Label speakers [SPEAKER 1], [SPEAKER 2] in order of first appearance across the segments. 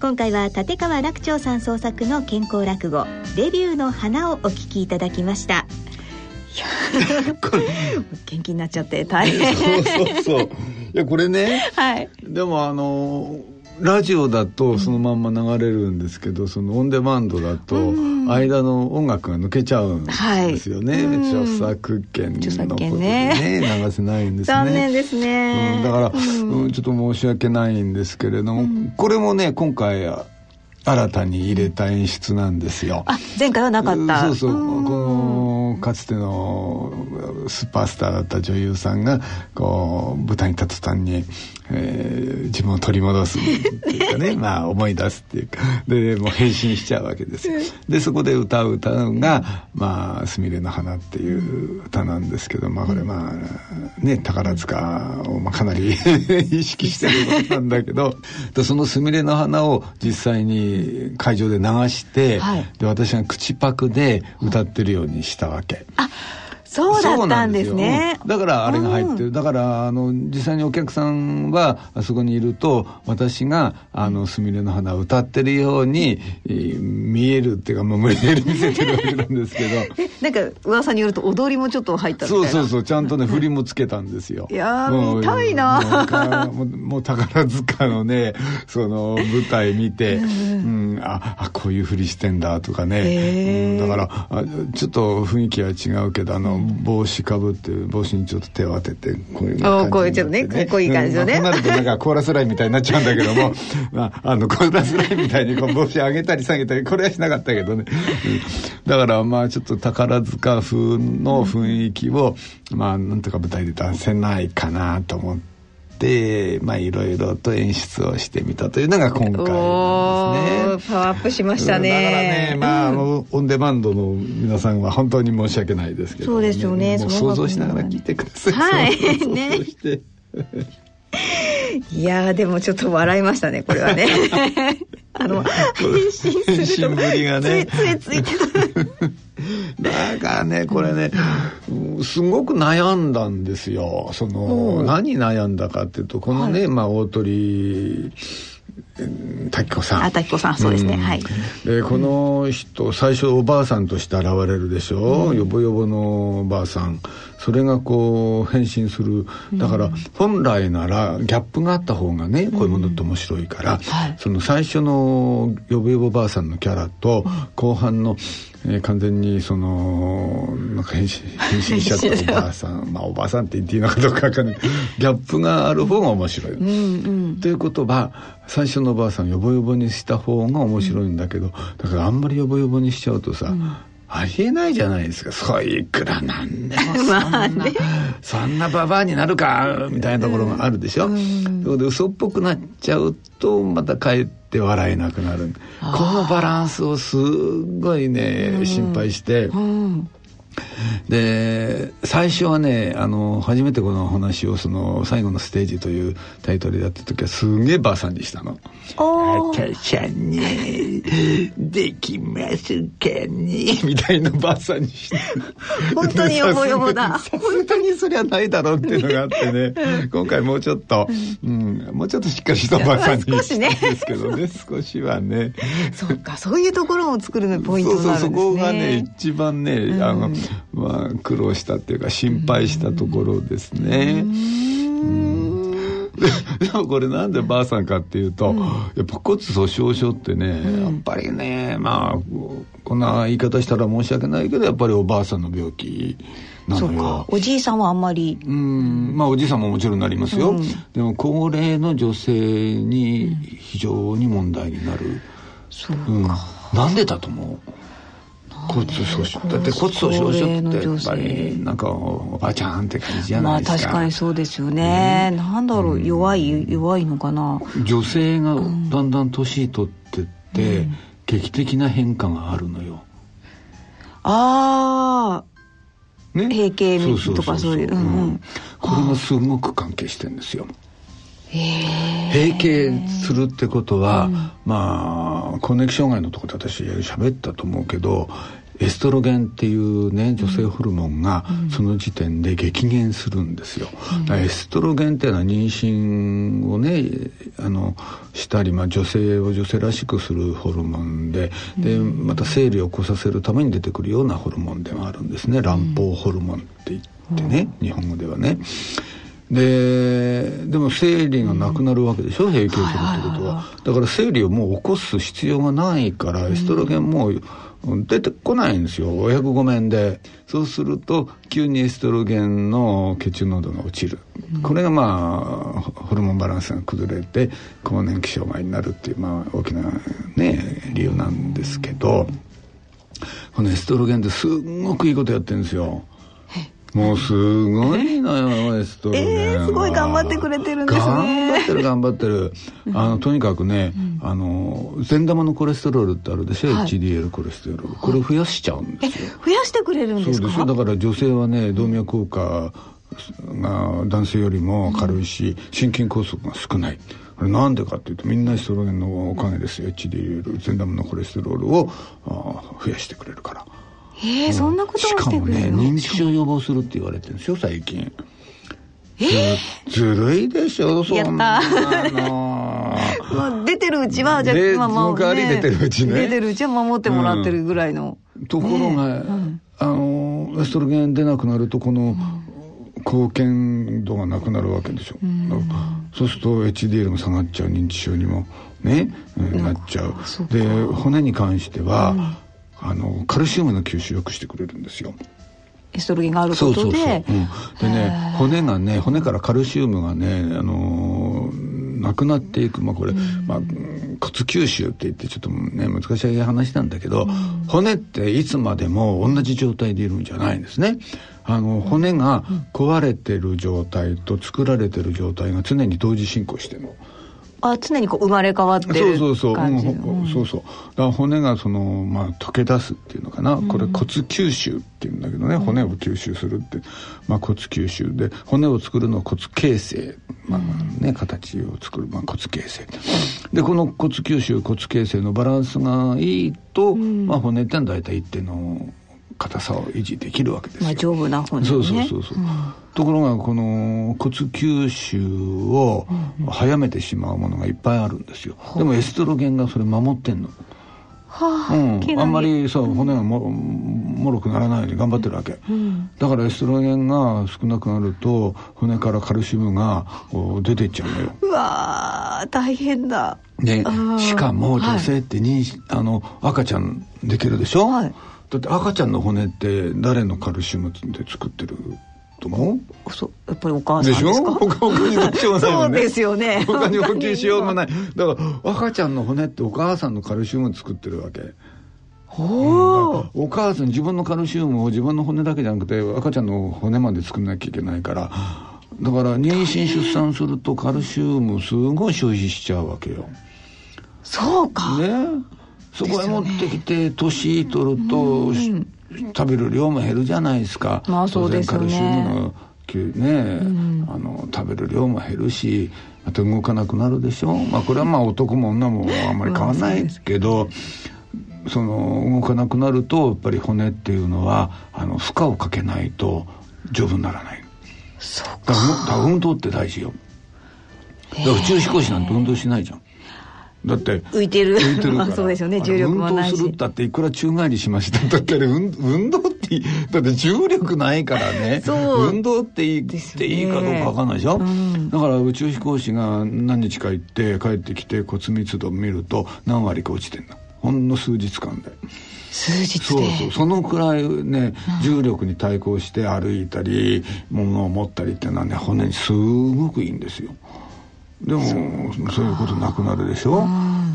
[SPEAKER 1] 今回は立川楽長さん創作の健康落語デビューの花をお聞きいただきました
[SPEAKER 2] これ
[SPEAKER 1] 元気になっちゃって大変
[SPEAKER 2] そうそうそういやこれね
[SPEAKER 1] はい
[SPEAKER 2] でもあのラジオだとそのまんま流れるんですけど、そのオンデマンドだと
[SPEAKER 1] うん
[SPEAKER 2] 間の音楽が抜けちゃうんですよね、
[SPEAKER 1] はいうん
[SPEAKER 2] 著作権の
[SPEAKER 1] 著
[SPEAKER 2] こと
[SPEAKER 1] 作
[SPEAKER 2] で
[SPEAKER 1] 権
[SPEAKER 2] ね
[SPEAKER 1] ね
[SPEAKER 2] 流せないんですね
[SPEAKER 1] 残念ですね、
[SPEAKER 2] うんだから、
[SPEAKER 1] うん
[SPEAKER 2] うんちょっと申し訳ないんですけれども、これもね今回あ新たに入れた演出なんですよ。
[SPEAKER 1] あ前回はなかった
[SPEAKER 2] そうそう
[SPEAKER 1] うん
[SPEAKER 2] このかつてのスーパースターだった女優さんがこう舞台に立つたんに、えー自分を取り戻すっていうか ねまあ思い出すっていうかでもう変身しちゃうわけですよ。でそこで歌う歌が「まあ、すみれの花」っていう歌なんですけど、まあ、これまあね宝塚をまあかなり 意識してることなんだけどでその「すみれの花」を実際に会場で流して、
[SPEAKER 1] はい
[SPEAKER 2] で私が口パクで歌ってるようにしたわけ。
[SPEAKER 1] あそうだったんですね
[SPEAKER 2] そうなんですようんだからあれが入ってる、だからあの実際にお客さんはあそこにいると私が「あのすみれの花」を歌ってるように、えー見えるっていうかもう無理やり見せてるわけなんですけど
[SPEAKER 1] えなんか噂によると踊りもちょっと入ったみた
[SPEAKER 2] そ
[SPEAKER 1] い
[SPEAKER 2] う
[SPEAKER 1] な
[SPEAKER 2] そうそうちゃんとね振りもつけたんですよ。
[SPEAKER 1] いやー
[SPEAKER 2] もう
[SPEAKER 1] 見たいな
[SPEAKER 2] もうかもうもう宝塚のね その舞台見て、うん、ああこういう振りしてんだとかね、
[SPEAKER 1] へー
[SPEAKER 2] うんだからあちょっと雰囲気は違うけどあの帽子かぶって帽子にちょっと手を当ててこういう感じになって、
[SPEAKER 1] おーこういうちょっとねかっこいい感じのね
[SPEAKER 2] うんまあそうなるとなんかコーラスラインみたいになっちゃうんだけども、 まあ、あのコーラスラインみたいにこう帽子上げたり下げたりこれはしなかったけどね、うんだからまあちょっと宝塚風の雰囲気を、まあなんとか舞台で出せないかなと思って。まあいろいろと演出をしてみたというのが今回
[SPEAKER 1] お
[SPEAKER 2] なんですね。
[SPEAKER 1] ーパワーアップしました
[SPEAKER 2] だからね
[SPEAKER 1] ね、
[SPEAKER 2] まあ、あのオンデマンドの皆さんは本当に申し訳ないですけど、
[SPEAKER 1] そうですよね
[SPEAKER 2] もう
[SPEAKER 1] そ
[SPEAKER 2] 想
[SPEAKER 1] の方
[SPEAKER 2] 像
[SPEAKER 1] が
[SPEAKER 2] しながら聞いてください。
[SPEAKER 1] はい
[SPEAKER 2] 想像して
[SPEAKER 1] ね
[SPEAKER 2] 想像して
[SPEAKER 1] いやーでもちょっと笑いましたねこれはねあの変身すると
[SPEAKER 2] 変身ぶりがね
[SPEAKER 1] ついついついてくる
[SPEAKER 2] だからねこれね、うんすごく悩んだんですよその、
[SPEAKER 1] うん
[SPEAKER 2] 何悩んだかっていうとこのね、まあ、大鳥うん滝子さん
[SPEAKER 1] あたきこさんそうですね、
[SPEAKER 2] ん
[SPEAKER 1] はい
[SPEAKER 2] でこの人最初おばあさんとして現れるでしょ、よぼよぼのおばあさんそれがこう変身するだから本来ならギャップがあった方がねこういうものって面白いから、
[SPEAKER 1] はい
[SPEAKER 2] その最初のよぼよぼばあさんのキャラと後半の、えー完全にそのなんか変身変身しちゃったおばあさんまあおばあさんって言っていいのかどうかわかんないギャップがある方が面白い。
[SPEAKER 1] うんうん
[SPEAKER 2] ということは最初のおばあさんヨボヨボにした方が面白いんだけど、だからあんまりヨボヨボにしちゃうとさ、ありえないじゃないですかそういくらなんでもそん な、そんなババアになるかみたいなところがあるでしょ、そこで嘘っぽくなっちゃうとまたかえって笑えなくなるこのバランスをすごいね心配して、
[SPEAKER 1] うん
[SPEAKER 2] で最初はねあの初めてこの話をその「最後のステージ」というタイトルでやった時はすげえばあさんにしたの。
[SPEAKER 1] おー
[SPEAKER 2] 私はねできますかねみたいなばあさんにして
[SPEAKER 1] 本当にヨボヨボだ
[SPEAKER 2] さすがにさすがにそりゃないだろうっていうのがあってね今回もうちょっと、うん、もうちょっとしっかりしたばあさんに
[SPEAKER 1] 少しね
[SPEAKER 2] したんですけどね少しはね。
[SPEAKER 1] そうかそういうところを作るのがポイントになるんですね
[SPEAKER 2] そうそうそこがね一番ね、あのまあ苦労したっていうか心配したところですね。でもこれなんでばあさんかっていうと、やっぱ骨粗しょう症ってね、やっぱりねまあここんな言い方したら申し訳ないけどやっぱりおばあさんの病気な
[SPEAKER 1] そ
[SPEAKER 2] の
[SPEAKER 1] うか
[SPEAKER 2] よ。
[SPEAKER 1] おじいさんはあんまり
[SPEAKER 2] うんまあおじいさんももちろんなりますよ、でも高齢の女性に非常に問題になる、
[SPEAKER 1] そう
[SPEAKER 2] うん、なんでだと思う骨粗しょうだって骨粗しょう症ってやっぱりなんかおばちゃんって感じじゃ
[SPEAKER 1] ま
[SPEAKER 2] ない
[SPEAKER 1] あ
[SPEAKER 2] ですか,、
[SPEAKER 1] 確かにそうですよね、なんだろう弱い弱いのかな
[SPEAKER 2] 女性がだんだん年取ってって、劇的な変化があるのよ、
[SPEAKER 1] あー
[SPEAKER 2] ね、
[SPEAKER 1] 閉経とかそういう
[SPEAKER 2] う
[SPEAKER 1] うんうん
[SPEAKER 2] んこれがすごく関係してるんですよ
[SPEAKER 1] へえ
[SPEAKER 2] 閉経するってことは、まあ更年期障害のとこで私喋ったと思うけどエストロゲンっていうね女性ホルモンが
[SPEAKER 1] うん
[SPEAKER 2] その時点で激減するんですよ。
[SPEAKER 1] うん
[SPEAKER 2] だからエストロゲンっていうのは妊娠をねあのしたり、まあ、女性を女性らしくするホルモンででまた生理を起こさせるために出てくるようなホルモンでもあるんですね卵胞ホルモンって言ってね、日本語ではね。ででも生理がなくなるわけでしょ、閉経するってことはだから生理をもう起こす必要がないからエストロゲンもう出てこないんですよ505面でそうすると急にエストロゲンの血中濃度が落ちる、これがまあホルモンバランスが崩れて更年期障害になるっていう、まあ、大きなね理由なんですけどこのエストロゲンってすんごくいいことやってるんですよ。もうすごいのよ、エストロゲンは。
[SPEAKER 1] えーすごい頑張ってくれてるんですね
[SPEAKER 2] 頑張ってる、頑張ってる。あの、とにかくね、あの、善玉のコレステロールってあるでしょ、
[SPEAKER 1] はい
[SPEAKER 2] HDL コレステロール。これ増やしちゃうんですよ。
[SPEAKER 1] 増やしてくれるん
[SPEAKER 2] そ
[SPEAKER 1] で
[SPEAKER 2] う
[SPEAKER 1] す
[SPEAKER 2] で
[SPEAKER 1] か
[SPEAKER 2] すよ。だから女性はね、動脈硬化が男性よりも軽いし、心筋梗塞が少ない。これなんでかっていうと、みんなエストロゲンのおかげですよ。HDL、善玉のコレステロールをあー増やしてくれるから。
[SPEAKER 1] えーそんなこと
[SPEAKER 2] し
[SPEAKER 1] もし
[SPEAKER 2] か
[SPEAKER 1] て
[SPEAKER 2] も
[SPEAKER 1] くれ
[SPEAKER 2] ね
[SPEAKER 1] るの
[SPEAKER 2] 認知症予防するって言われてるんですよ最近ずずるいでしょそんなの
[SPEAKER 1] まあ、出てるうちは、じゃあ、
[SPEAKER 2] で
[SPEAKER 1] まあまあ
[SPEAKER 2] その代わり出てるうちね
[SPEAKER 1] 出てるうちは守ってもらってるぐらいの。
[SPEAKER 2] ところが、あのエストロゲン出なくなるとこの貢献度がなくなるわけでしょ、そうすると HDL も下がっちゃう認知症にもね、えーなっちゃう
[SPEAKER 1] そうか
[SPEAKER 2] で骨に関しては、あのカルシウムの吸収を良くしてくれるんですよ
[SPEAKER 1] エストロゲンがあることで。
[SPEAKER 2] そうそうそう、うん、でね骨がね骨からカルシウムがねあのーなくなっていく、まあ、これ、まあ、うん骨吸収って言ってちょっとね難しい話なんだけど、骨っていつまでも同じ状態でいるんじゃないんですね。あの骨が壊れてる状態と作られてる状態が常に同時進行してるの。
[SPEAKER 1] あ、常にこう生まれ変わってる
[SPEAKER 2] そ
[SPEAKER 1] 感
[SPEAKER 2] う
[SPEAKER 1] じ。
[SPEAKER 2] そうそう、うんほ
[SPEAKER 1] うん
[SPEAKER 2] そうそうだから骨がその、まあ、溶け出すっていうのかな、これ骨吸収っていうんだけどね骨を吸収するって、まあ、骨吸収で骨を作るのは骨形成、まあね、形を作る、まあ、骨形成でこの骨吸収骨形成のバランスがいいと、まあ、骨ってのは大体一定の硬さを維持できるわけですよ、
[SPEAKER 1] まあ、丈夫な方にね。
[SPEAKER 2] そうそうそうそう、ところがこの骨吸収を早めてしまうものがいっぱいあるんですよ、でもエストロゲンがそれ守ってんの、
[SPEAKER 1] はあ、
[SPEAKER 2] うん、あんま
[SPEAKER 1] 毛並み。
[SPEAKER 2] りそう骨がももろくならないように頑張ってるわけ、
[SPEAKER 1] うん
[SPEAKER 2] だからエストロゲンが少なくなると骨からカルシウムがこう出てっちゃうのよ
[SPEAKER 1] うわー、大変だ。
[SPEAKER 2] ね
[SPEAKER 1] あー、
[SPEAKER 2] しかも
[SPEAKER 1] はい
[SPEAKER 2] 女性って妊娠、あの赤ちゃんできるでしょ、
[SPEAKER 1] はい
[SPEAKER 2] だって赤ちゃんの骨って誰のカルシウムで作ってると思う
[SPEAKER 1] そう、やっぱりお母さん
[SPEAKER 2] で
[SPEAKER 1] です
[SPEAKER 2] し
[SPEAKER 1] か
[SPEAKER 2] ょ他他にどっちもないもんね。
[SPEAKER 1] そうですよね
[SPEAKER 2] 他に補給しようもない。だから赤ちゃんの骨ってお母さんのカルシウム作ってるわけ。
[SPEAKER 1] おー
[SPEAKER 2] お母さん自分のカルシウムを自分の骨だけじゃなくて赤ちゃんの骨まで作んなきゃいけないから。だから妊娠出産するとカルシウムすごい消費しちゃうわけよ。
[SPEAKER 1] そうか。
[SPEAKER 2] ねそこへ持ってきて年取ると、し食べる量も減るじゃないですか、
[SPEAKER 1] まあそうですよね
[SPEAKER 2] 当然カルシウムのね、あの食べる量も減るしまた動かなくなるでしょ、まあ、これはまあ男も女もあんまり変わらないけど、その動かなくなるとやっぱり骨っていうのはあの負荷をかけないと丈夫にならない
[SPEAKER 1] そうか。
[SPEAKER 2] だからだから運動って大事よだから宇宙飛行士なんて運動しないじゃんだって
[SPEAKER 1] 浮いてる。
[SPEAKER 2] 浮いてるか
[SPEAKER 1] まあ
[SPEAKER 2] ら
[SPEAKER 1] そうですよね。
[SPEAKER 2] あれ
[SPEAKER 1] 重力もない
[SPEAKER 2] 運動する
[SPEAKER 1] し
[SPEAKER 2] っ。たっていくら宙返りしました だってあれ運運動ってだって重力ないからね
[SPEAKER 1] そう
[SPEAKER 2] 運動っていい,、
[SPEAKER 1] ですよね
[SPEAKER 2] いいかどうかわかんないでしょ、
[SPEAKER 1] うん
[SPEAKER 2] だから宇宙飛行士が何日か行って帰ってきて骨密度見ると何割か落ちてんのほんの数日間で
[SPEAKER 1] 数日で。
[SPEAKER 2] そうそうそのくらいね重力に対抗して歩いたり物を持ったりっていうのはね骨にすごくいいんですよでもそういうことなくなるでしょ、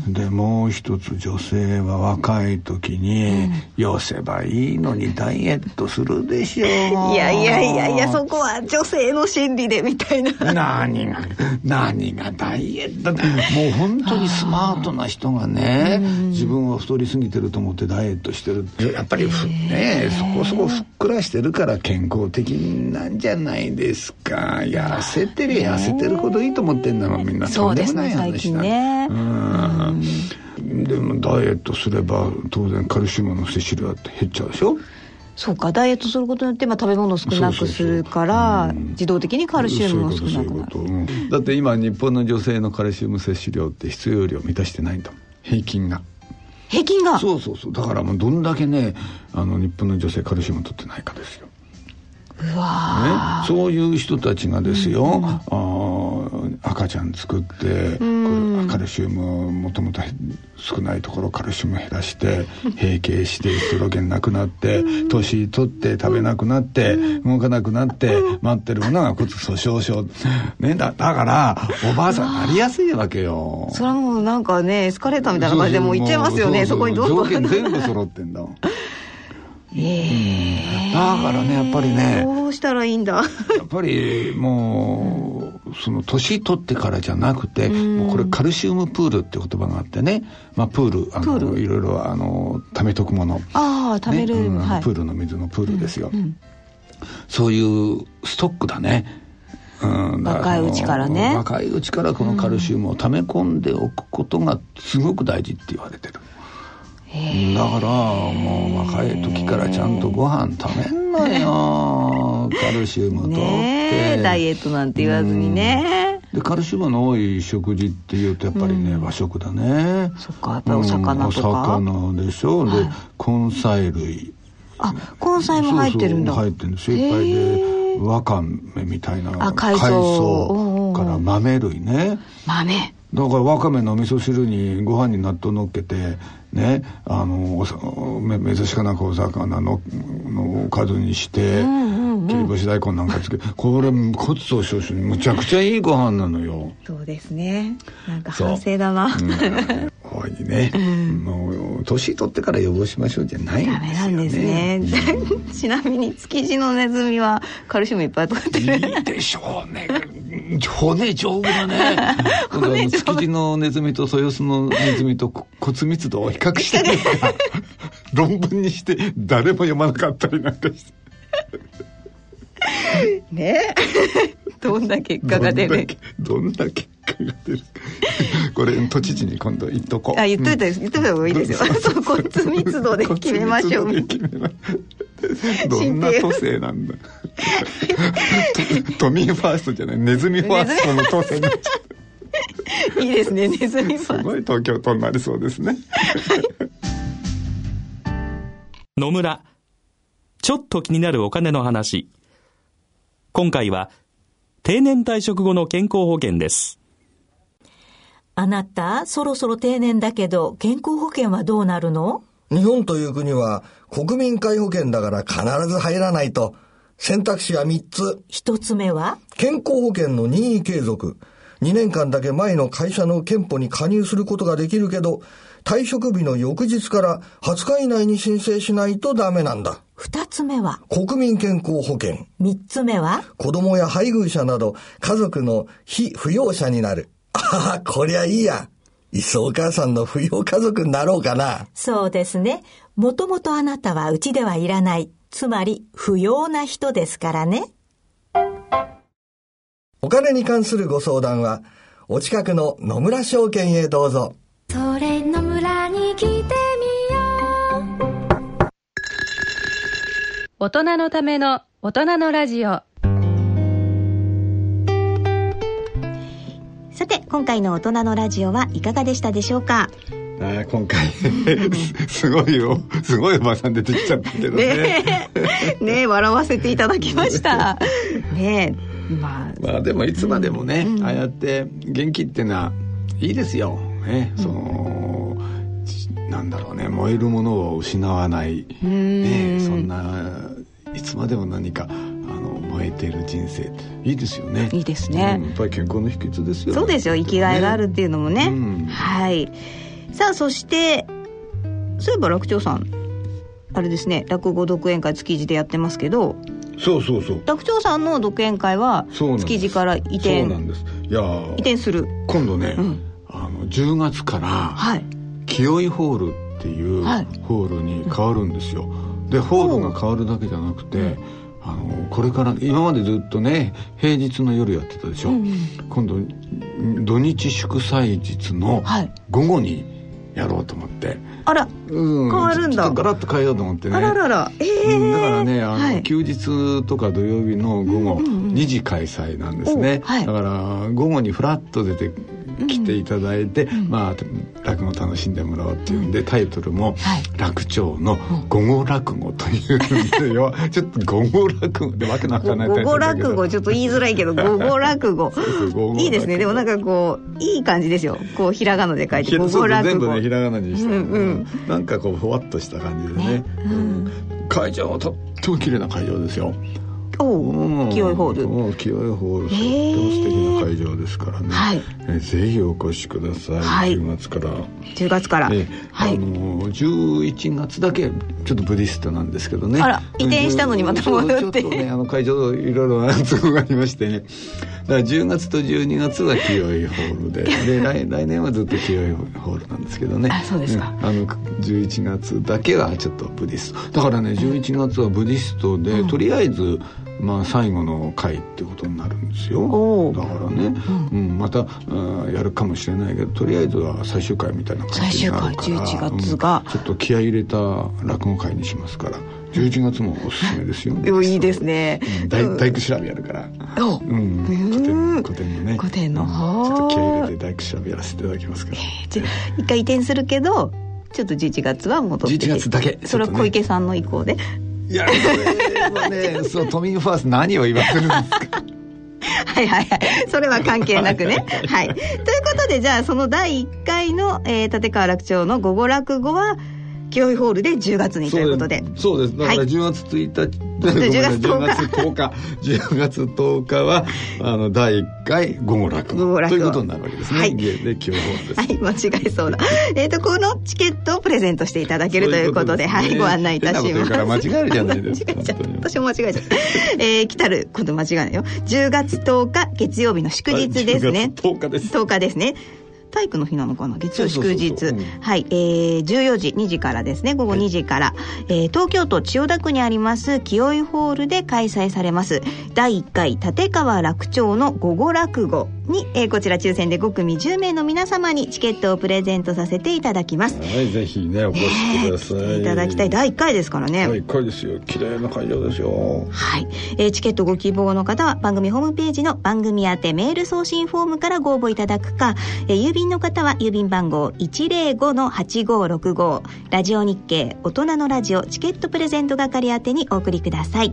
[SPEAKER 2] でもう一つ女性は若い時に寄せばいいのにダイエットするでしょい
[SPEAKER 1] いやいやいやいや、そこは女性の心理でみたいな。
[SPEAKER 2] 何が何がダイエットだもう本当にスマートな人がね自分は太りすぎてると思ってダイエットしてるってやっぱりふねそこそこふっくらしてるから健康的なんじゃないですか痩せてる痩せてるほどいいと思ってんだもんみんな
[SPEAKER 1] そうですね
[SPEAKER 2] とんもない話だ
[SPEAKER 1] 最近ね
[SPEAKER 2] うんでもダイエットすれば当然カルシウムの摂取量だって減っちゃうでしょ
[SPEAKER 1] そうかダイエットすることによって、まあ、食べ物を少なくするから
[SPEAKER 2] そうそうそううん
[SPEAKER 1] 自動的にカルシウムも
[SPEAKER 2] そ
[SPEAKER 1] 少
[SPEAKER 2] ういう
[SPEAKER 1] な
[SPEAKER 2] こ
[SPEAKER 1] くな
[SPEAKER 2] と
[SPEAKER 1] る
[SPEAKER 2] そういうこと、うんだって今日本の女性のカルシウム摂取量って必要量を満たしてないんだもん平均が
[SPEAKER 1] 平均が
[SPEAKER 2] そうそうそうだからもうどんだけねあの日本の女性カルシウム取ってないかですよ
[SPEAKER 1] うわ
[SPEAKER 2] ね、そういう人たちがですよ、あー赤ちゃん作って、これカルシウムをもともと少ないところカルシウム減らして閉経してエストロゲンなくなって年取って食べなくなって動かなくなって待ってるものが骨粗鬆症、ね、だだからおばあさんなりやすいわけよ。
[SPEAKER 1] それはもうなんかねエスカレーターみたいな感じでもう行っちゃいますよねそこにどんどん
[SPEAKER 2] 条件全部揃ってんだもんだ
[SPEAKER 1] え
[SPEAKER 2] からねやっぱり
[SPEAKER 1] え
[SPEAKER 2] ね
[SPEAKER 1] どうしたらいいんだ
[SPEAKER 2] やっぱりもう、その年取ってからじゃなくて、もうこれカルシウムプールって言葉があってね、まあ、プールあの
[SPEAKER 1] プール
[SPEAKER 2] いろいろあの貯めとくもの、
[SPEAKER 1] ああ食べる、
[SPEAKER 2] ねうんあの
[SPEAKER 1] はい
[SPEAKER 2] プールの水のプールですよ、そういうストックだね、うん、だ
[SPEAKER 1] 若いうちからね
[SPEAKER 2] あの若いうちからこのカルシウムを溜め込んでおくことがすごく大事って言われてる、だからもう若い時からちゃんとご飯食べんのよカルシウムとって、
[SPEAKER 1] ねえダイエットなんて言わずにね
[SPEAKER 2] でカルシウムの多い食事っていうとやっぱりね、和食だね
[SPEAKER 1] そっかやっぱりお魚とか
[SPEAKER 2] うんお魚でしょ、で根菜類
[SPEAKER 1] あ根菜も入ってるんだ
[SPEAKER 2] そうそう入ってるんですよいっぱい
[SPEAKER 1] へ
[SPEAKER 2] でわかめみたいな
[SPEAKER 1] あ海藻うんうんうん
[SPEAKER 2] から豆類ね
[SPEAKER 1] 豆
[SPEAKER 2] だからわかめの味噌汁にご飯に納豆乗っけてねあのおさめ珍しかなんかお魚ののおかずにして、切り干し大根なんかつけてこれ骨粗しょう症にむちゃくちゃいいご飯なのよ。
[SPEAKER 1] そうですねなんか
[SPEAKER 2] そう
[SPEAKER 1] 反省だな、
[SPEAKER 2] うん大いにね、もう年取ってから予防しましょうじゃないん
[SPEAKER 1] ダメなんで
[SPEAKER 2] ですすよね
[SPEAKER 1] ね ちなみに築地のネズミはカルシウムいっぱい取ってる
[SPEAKER 2] いいでしょうね。骨丈夫だね。今度あ の
[SPEAKER 1] 骨丈夫
[SPEAKER 2] 築地のネズミと豊洲のネズミと こ骨密度を比較してみた 論文にして誰も読まなかったりなんかして。
[SPEAKER 1] ねどんな結果が出る
[SPEAKER 2] どんだけどんな結果が出るか。これ都知事に今度言っとこう。
[SPEAKER 1] あ言っといた、言っといた方がいいですよそう骨密度で決めましょう
[SPEAKER 2] 骨密度で決めまどんな都政なん だ。と都民ファーストじゃないネズミファーストの都政になっちゃう
[SPEAKER 1] いいですねネズミ
[SPEAKER 2] す
[SPEAKER 1] は
[SPEAKER 2] ごい東京都になりそうですね。
[SPEAKER 3] 野村ちょっと気になるお金の話今回は定年退職後の健康保険です
[SPEAKER 4] あなた、そろそろ定年だけど、健康保険はどうなるの
[SPEAKER 5] 日本という国は国民皆保険だから必ず入らないと。選択肢は3つ。
[SPEAKER 4] 一つ目は
[SPEAKER 5] 健康保険の任意継続。2年間だけ前の会社の憲法に加入することができるけど、退職日の翌日から20日以内に申請しないとダメなんだ。
[SPEAKER 4] 二つ目は
[SPEAKER 5] 国民健康保険。
[SPEAKER 4] 三つ目は
[SPEAKER 5] 子供や配偶者など家族の非扶養者になる。ああ、こりゃいいや。いっそお母さんの扶養家族になろうかな。
[SPEAKER 4] そうですね。もともとあなたはうちではいらない。つまり、不要な人ですからね。
[SPEAKER 5] お金に関するご相談は、お近くの野村証券へどうぞ。
[SPEAKER 6] それの村に来てみよう
[SPEAKER 7] 大人のための大人のラジオ
[SPEAKER 8] さて今回の大人のラジオはいかがでしたでしょうか
[SPEAKER 2] あー今回 すごいよすごいおばさん出てきちゃったけどね
[SPEAKER 1] ねえねえ笑わせていただきましたねえまあ
[SPEAKER 2] まあでもいつまでもね、ああやって元気ってのはいいですよねその、ちなんだろうね燃えるものを失わない、ね、そんないつまでも何かあの燃えてる人生いいですよね
[SPEAKER 1] いいですね
[SPEAKER 2] うんやっぱり健康の秘訣ですよ
[SPEAKER 1] そうですよ生きがいがあるっていうのもね
[SPEAKER 2] うん
[SPEAKER 1] はいさあそしてそういえば楽長さんあれですね落語独演会築地でやってますけど
[SPEAKER 2] そうそうそう
[SPEAKER 1] 楽長さんの独演会は
[SPEAKER 2] そうなんです
[SPEAKER 1] 築地から移転
[SPEAKER 2] そう
[SPEAKER 1] 移
[SPEAKER 2] なんですいやー
[SPEAKER 1] 転する
[SPEAKER 2] 今度ね、
[SPEAKER 1] うん
[SPEAKER 2] あの10月から、
[SPEAKER 1] はい
[SPEAKER 2] 清居ホールっていう
[SPEAKER 1] はい
[SPEAKER 2] ホールに変わるんですよ、でホールが変わるだけじゃなくて、あのこれから今までずっとね平日の夜やってたでしょ、今度ん土日祝祭日の
[SPEAKER 8] はい
[SPEAKER 2] 午後にやろうと思って、
[SPEAKER 8] あら
[SPEAKER 2] うん
[SPEAKER 8] 変わるんだ
[SPEAKER 2] ちょっとガラッと変えようと思ってね
[SPEAKER 8] あらららええ
[SPEAKER 2] うんだからねあの、
[SPEAKER 8] はい
[SPEAKER 2] 休日とか土曜日の午後2時開催なんですね、
[SPEAKER 8] おはい
[SPEAKER 2] だから午後にフラッと出て来ていただいて、まあ落語楽しんでもらおうっていうんで、タイトルも
[SPEAKER 8] はい
[SPEAKER 2] 「落鳥の午後落語」というんでよ、ちょっと午後落語で わけのわかんない
[SPEAKER 8] 午後落語
[SPEAKER 2] ち
[SPEAKER 8] ちょっと言いづらいけど午後落語
[SPEAKER 2] そう午後落語
[SPEAKER 8] いいですねでもなんかこういい感じですよこうひらがなで書いて
[SPEAKER 2] ひら
[SPEAKER 8] 午
[SPEAKER 2] そ
[SPEAKER 8] 後
[SPEAKER 2] うそう全
[SPEAKER 8] 落
[SPEAKER 2] 部
[SPEAKER 8] 語
[SPEAKER 2] ねひらがなにした、
[SPEAKER 8] うんうん
[SPEAKER 2] なんかこうふわっとした感じでねうん会場はとっても綺麗な会場ですよ
[SPEAKER 8] おお清いホール
[SPEAKER 2] ル清いホールとっても素敵な会場ですからね、
[SPEAKER 8] はい
[SPEAKER 2] えーぜひお越しください、
[SPEAKER 8] はい
[SPEAKER 2] 週末から、
[SPEAKER 8] 10月から
[SPEAKER 2] えー
[SPEAKER 8] はい
[SPEAKER 2] あのー11月だけちょっとブリストなんですけどね
[SPEAKER 8] あら移転したのにまた戻って
[SPEAKER 2] そうちょっとねあの会場いろいろな都合がありましてねだから10月と12月は清いホー ルでで来来年はずっと清いホールなんですけどね
[SPEAKER 8] あそうですか
[SPEAKER 2] んあの11月だけはちょっとブリストだからね11月はブリストで、とりあえずまあ最後の回ってことになるんですよ
[SPEAKER 8] おー
[SPEAKER 2] だからね、うんまたあーやるかもしれないけどとりあえずは最終回みたいな感じになるから
[SPEAKER 8] 最終回11月が
[SPEAKER 2] うんちょっと気合い入れた落語会にしますから11月もおすすめですよ、
[SPEAKER 8] でもいいですね
[SPEAKER 2] うん大大工調べやるから、
[SPEAKER 8] お
[SPEAKER 2] うん、古典古典のね
[SPEAKER 8] 古典の
[SPEAKER 2] うんちょっと気合い入れ
[SPEAKER 8] は
[SPEAKER 2] て大工調べやらせていただきますから
[SPEAKER 8] じゃ一回移転するけどちょっと11月は戻ってきて
[SPEAKER 2] 11月だけ
[SPEAKER 8] それは小池さんの意向で、
[SPEAKER 2] いやこれはねそう都民ファースト何を言わせるんですか
[SPEAKER 8] はいはいはい。それは 関係なくね。はい。ということで、じゃあ、その第1回の、えー立川楽町の午後落語は、清いホールで10月 にということで。
[SPEAKER 2] そうですそうですだから
[SPEAKER 8] はい
[SPEAKER 2] 10月1日、
[SPEAKER 8] と10月
[SPEAKER 2] 10月10日10月10日はあの第1回午後落
[SPEAKER 8] 午後
[SPEAKER 2] 語
[SPEAKER 8] 落語
[SPEAKER 2] ということになるわけですね、
[SPEAKER 8] はい
[SPEAKER 2] でで今日はです
[SPEAKER 8] はい、間違えそうだ。えっ、と、このチケットをプレゼントしていただけるということで、
[SPEAKER 2] そうい
[SPEAKER 8] はい、
[SPEAKER 2] うことですね
[SPEAKER 8] ご案内いたし
[SPEAKER 2] 変な
[SPEAKER 8] ま
[SPEAKER 2] こ
[SPEAKER 8] す。
[SPEAKER 2] と言うから間違えるじゃないです か
[SPEAKER 8] 間違えちゃった
[SPEAKER 2] 本当に
[SPEAKER 8] 私も間違えちゃった。えー、来たる、今度間違えないよ。10月10日、月曜日の祝日です
[SPEAKER 2] は
[SPEAKER 8] ね
[SPEAKER 2] い。10月10日です
[SPEAKER 8] 10日ですね。体育の日なのかな月曜
[SPEAKER 2] そ
[SPEAKER 8] 祝
[SPEAKER 2] うそうそうそう
[SPEAKER 8] 日
[SPEAKER 2] うん
[SPEAKER 8] はい、えー、14時2時からですね午後2時から、えー東京都千代田区にあります清居ホールで開催されます第1回立川楽町の午後落語に、えーこちら抽選で5組10名の皆様にチケットをプレゼントさせていただきます
[SPEAKER 2] はいぜひねお越しください、
[SPEAKER 8] いただきたい第1回ですからね、
[SPEAKER 2] 第1回ですよ綺麗な会場ですよ
[SPEAKER 8] はい、えーチケットご希望の方は番組ホームページの番組宛てメール送信フォームからご応募いただくか、えー郵便の方は郵便番号105-8565ラジオ日経大人のラジオチケットプレゼント係宛てにお送りください、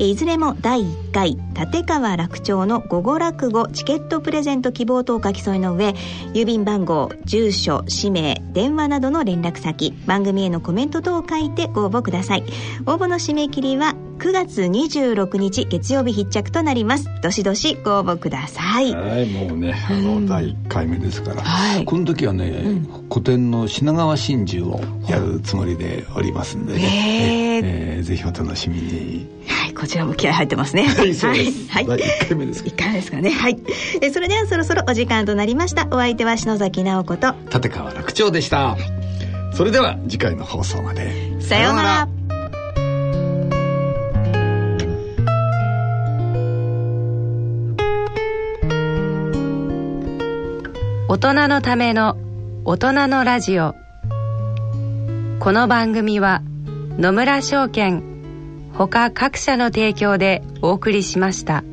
[SPEAKER 8] えーいずれも第1回立川楽町の午後落語チケットプレゼント希望等お書き添えの上郵便番号住所氏名電話などの連絡先番組へのコメント等を書いてご応募ください応募の締め切りは9月26日月曜日必着となりますどしどしご応募ください
[SPEAKER 2] はいもうねあの第1回目ですから、
[SPEAKER 8] はい
[SPEAKER 2] この時はね、古典の品川真珠をやるつもりでおりますんで
[SPEAKER 8] へ
[SPEAKER 2] ね、
[SPEAKER 8] ー
[SPEAKER 2] えーぜひお楽しみに
[SPEAKER 8] はいこちらも気合入ってますね
[SPEAKER 2] はいそうです、
[SPEAKER 8] はい、
[SPEAKER 2] 第1回目です
[SPEAKER 8] いかがですかねはいえそれではそろそろお時間となりましたお相手は篠崎直子と
[SPEAKER 2] 立川楽長でしたそれでは次回の放送まで
[SPEAKER 8] さようなら
[SPEAKER 7] 大人のための大人のラジオこの番組は野村証券他各社の提供でお送りしました。